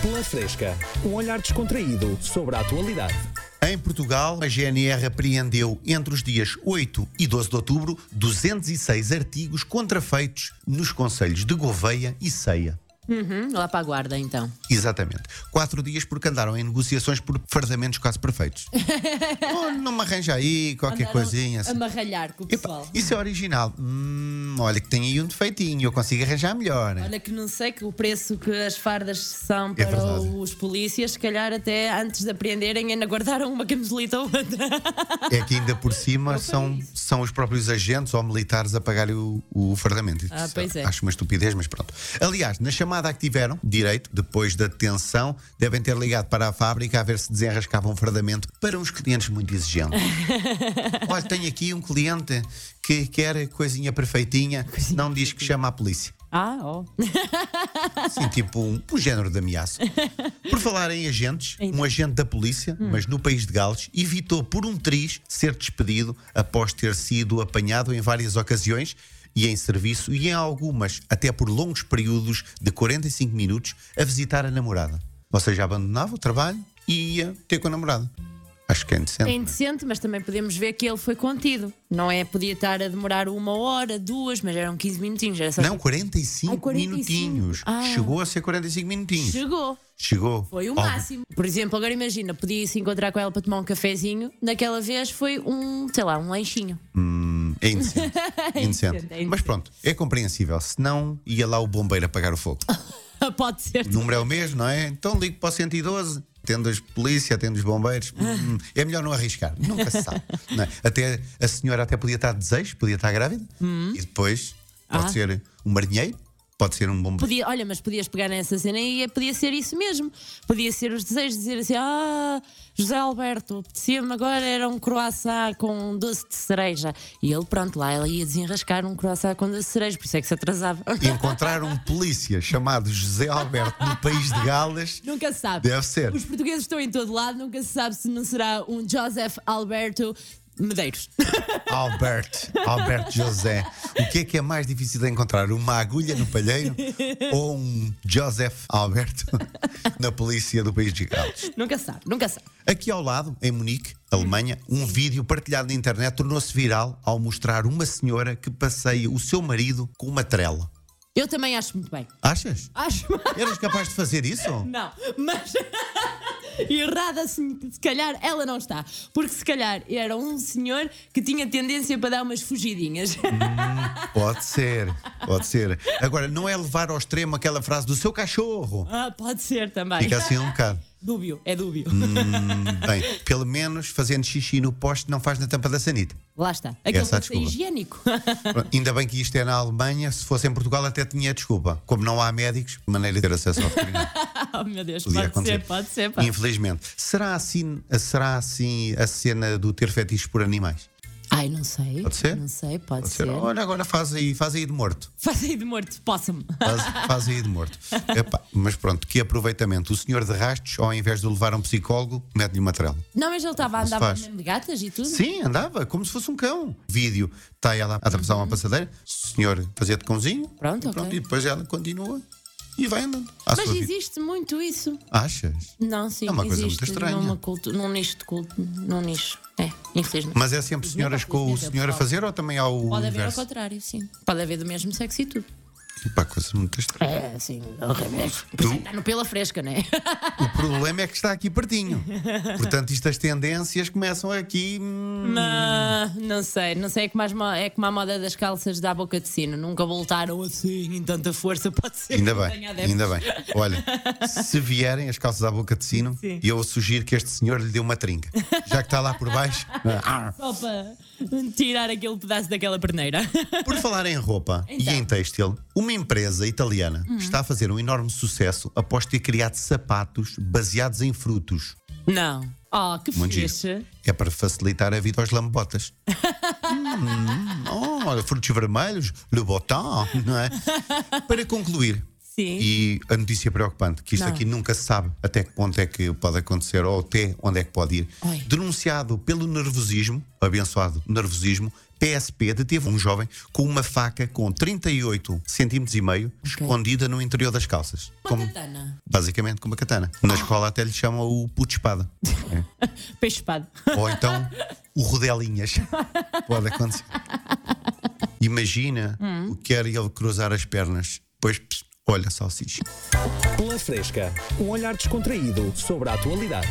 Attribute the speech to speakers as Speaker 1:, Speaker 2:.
Speaker 1: Pela Fresca, um olhar descontraído sobre a atualidade.
Speaker 2: Em Portugal, a GNR apreendeu entre os dias 8 e 12 de outubro 206 artigos contrafeitos nos conselhos de Gouveia e Ceia.
Speaker 3: Uhum, lá para a guarda, então.
Speaker 2: Exatamente. Quatro dias porque andaram em negociações por fardamentos quase perfeitos. oh, não me arranja aí qualquer
Speaker 3: Andaram
Speaker 2: coisinha.
Speaker 3: A
Speaker 2: Assim.
Speaker 3: marralhar com o
Speaker 2: Epá,
Speaker 3: pessoal.
Speaker 2: isso é original. Hum, olha que tem aí um defeitinho, eu consigo arranjar melhor.
Speaker 3: Olha que não sei que o preço que as fardas são
Speaker 2: É
Speaker 3: para
Speaker 2: verdade.
Speaker 3: os polícias, se calhar até antes de apreenderem ainda guardaram uma camisolita ou outra.
Speaker 2: É que ainda por cima
Speaker 3: é
Speaker 2: são, são os próprios agentes ou militares a pagarem o, o fardamento.
Speaker 3: Ah,
Speaker 2: Isso
Speaker 3: pois é.
Speaker 2: Acho uma estupidez, mas pronto. Aliás, na chamada que tiveram, direito, depois da detenção, devem ter ligado para a fábrica a ver se desenrascavam um fardamento para uns clientes muito exigentes. Olha, tenho aqui um cliente que quer coisinha perfeitinha, não diz que chama a polícia.
Speaker 3: Ah, ó.
Speaker 2: Sim, tipo um, um género de ameaça. Por falar em agentes, um agente da polícia,
Speaker 3: Hum.
Speaker 2: mas no país de Gales, evitou por um triz ser despedido após ter sido apanhado em várias ocasiões e em serviço e em algumas até por longos períodos de 45 minutos a visitar a namorada. Ou seja, abandonava o trabalho e ia ter com a namorada. Acho que é indecente.
Speaker 3: É indecente, mas também podemos ver que ele foi contido. Não é? Podia estar a demorar uma hora, duas, mas eram 15 minutinhos. Era só
Speaker 2: Não, 45,
Speaker 3: Ai, 45.
Speaker 2: minutinhos.
Speaker 3: Ah.
Speaker 2: Chegou a ser 45 minutinhos.
Speaker 3: Chegou.
Speaker 2: Chegou.
Speaker 3: Foi o
Speaker 2: Óbvio.
Speaker 3: máximo. Por exemplo, agora imagina, podia se encontrar com ela para tomar um cafezinho. Naquela vez foi um, sei lá, um lanchinho.
Speaker 2: É indecente. indecente.
Speaker 3: É indecente, é
Speaker 2: Mas pronto, é compreensível. Se não, ia lá o bombeiro apagar o fogo.
Speaker 3: Pode ser.
Speaker 2: O número é o mesmo, não é? Então ligo para o 112. Tendo as polícia, tendo os bombeiros, hum, é melhor não arriscar, nunca se sabe. não é? Até a senhora até podia estar de desejo, podia estar grávida, e depois pode
Speaker 3: Hum. Ah.
Speaker 2: ser um marinheiro, pode ser um bombeiro.
Speaker 3: Podia, olha, mas podias pegar nessa cena e é, podia ser isso mesmo. Podia ser os desejos de dizer assim: Ah, José Alberto, apetecia-me agora era um croissant com doce de cereja. E ele, pronto, lá ele ia desenrascar um croissant com doce de cereja, por isso é que se atrasava.
Speaker 2: Encontrar um polícia chamado José Alberto no país de Galas
Speaker 3: Nunca se sabe.
Speaker 2: deve ser.
Speaker 3: Os portugueses estão em todo lado, nunca se sabe se não será um Joseph Alberto Medeiros.
Speaker 2: Alberto, Alberto José. O que é que é mais difícil de encontrar? Uma agulha no palheiro ou um Joseph Alberto na polícia do país de Gales?
Speaker 3: nunca se sabe, nunca se sabe.
Speaker 2: Aqui ao lado, em Munique, Alemanha, um vídeo partilhado na internet tornou-se viral ao mostrar uma senhora que passeia o seu marido com uma trela.
Speaker 3: Eu também acho muito bem.
Speaker 2: Achas?
Speaker 3: Acho.
Speaker 2: Eras capaz de fazer isso?
Speaker 3: Não, mas errada se se calhar ela não está. Porque se calhar era um senhor que tinha tendência para dar umas fugidinhas.
Speaker 2: Pode ser, pode ser. Agora, não é levar ao extremo aquela frase do seu cachorro.
Speaker 3: ah, pode ser também.
Speaker 2: Fica Hum, assim um bocado.
Speaker 3: Dúbio, é dúbio.
Speaker 2: Bem, pelo menos fazendo xixi no poste não faz na tampa da sanita.
Speaker 3: Lá está. Aquele
Speaker 2: Essa é a
Speaker 3: que é
Speaker 2: desculpa.
Speaker 3: higiênico.
Speaker 2: Ainda bem que isto é na Alemanha, se fosse em Portugal até tinha desculpa. Como não há médicos, maneira de ter acesso ao veterinário.
Speaker 3: oh meu Deus,
Speaker 2: Podia
Speaker 3: pode
Speaker 2: acontecer.
Speaker 3: ser, pode ser, pode
Speaker 2: Infelizmente. Será assim, será assim a cena do ter fetiches por animais?
Speaker 3: Ai, não sei.
Speaker 2: Pode ser?
Speaker 3: Não sei, pode,
Speaker 2: Pode
Speaker 3: ser.
Speaker 2: ser. Olha, agora faz aí, faz aí de morto.
Speaker 3: Faz aí de morto, possa-me.
Speaker 2: Faz, faz aí de morto. Epá, mas pronto, que aproveitamento. O senhor de rastos, ao invés de o levar a um psicólogo, mete-lhe uma trela.
Speaker 3: Não, mas ele estava a
Speaker 2: se
Speaker 3: andar
Speaker 2: faz.
Speaker 3: mesmo de gatas e tudo.
Speaker 2: Sim, andava, como se fosse um cão. Vídeo, está ela a atravessar uma passadeira, o senhor fazia de cãozinho,
Speaker 3: Uhum. Pronto,
Speaker 2: e, pronto,
Speaker 3: ok.
Speaker 2: e depois ela continua e vai andando. À
Speaker 3: Mas
Speaker 2: sua vida.
Speaker 3: existe muito isso.
Speaker 2: Achas?
Speaker 3: Não, sim,
Speaker 2: É uma coisa muito
Speaker 3: existe
Speaker 2: estranha.
Speaker 3: Numa cultu- num nicho de culto, num nicho. É, infelizmente.
Speaker 2: Mas é sempre senhoras com o senhor a fazer ou também há o
Speaker 3: Pode haver ao
Speaker 2: inverso?
Speaker 3: contrário, sim. Pode haver do mesmo sexo e tudo.
Speaker 2: Pá, coisa muito estranha.
Speaker 3: É, sim, Está no pela fresca, não é?
Speaker 2: O problema é que está aqui pertinho. Portanto, isto as tendências começam aqui. hum,
Speaker 3: Mas não sei, não sei é que mais mo- é como a moda das calças da boca de sino. Nunca voltaram assim em tanta força, pode ser.
Speaker 2: Ainda
Speaker 3: que
Speaker 2: bem,
Speaker 3: tenha adeptos.
Speaker 2: ainda bem. Olha, se vierem as calças à boca de sino,
Speaker 3: Sim.
Speaker 2: eu sugiro que este senhor lhe dê uma trinca. Já que está lá por baixo. Ah.
Speaker 3: Só para tirar aquele pedaço daquela perneira.
Speaker 2: Por falar em roupa
Speaker 3: Então.
Speaker 2: e em têxtil, uma empresa italiana está a fazer um enorme sucesso após ter criado sapatos baseados em frutos.
Speaker 3: Não. Oh, que
Speaker 2: Muito giro.
Speaker 3: fixe.
Speaker 2: É para facilitar a vida aos lambotas. hum, oh, olha, frutos vermelhos, le botão, não é? Para concluir,
Speaker 3: Sim.
Speaker 2: E a notícia preocupante, que isto
Speaker 3: Não.
Speaker 2: aqui nunca se sabe até que ponto é que pode acontecer ou até onde é que pode ir.
Speaker 3: Ai.
Speaker 2: Denunciado pelo nervosismo, abençoado nervosismo, PSP deteve um jovem com uma faca com 38 centímetros e meio escondida no interior das calças. Como-
Speaker 3: Katana. Ah.
Speaker 2: basicamente com uma katana. Na escola até lhe chamam o puto espada.
Speaker 4: Peixe espada.
Speaker 2: Ou então o rodelinhas. Pode acontecer. Imagina
Speaker 3: Hum.
Speaker 2: o que era ele cruzar as pernas. Pois, pss, olha, salsicha.
Speaker 1: Pela Fresca, um olhar descontraído sobre a atualidade.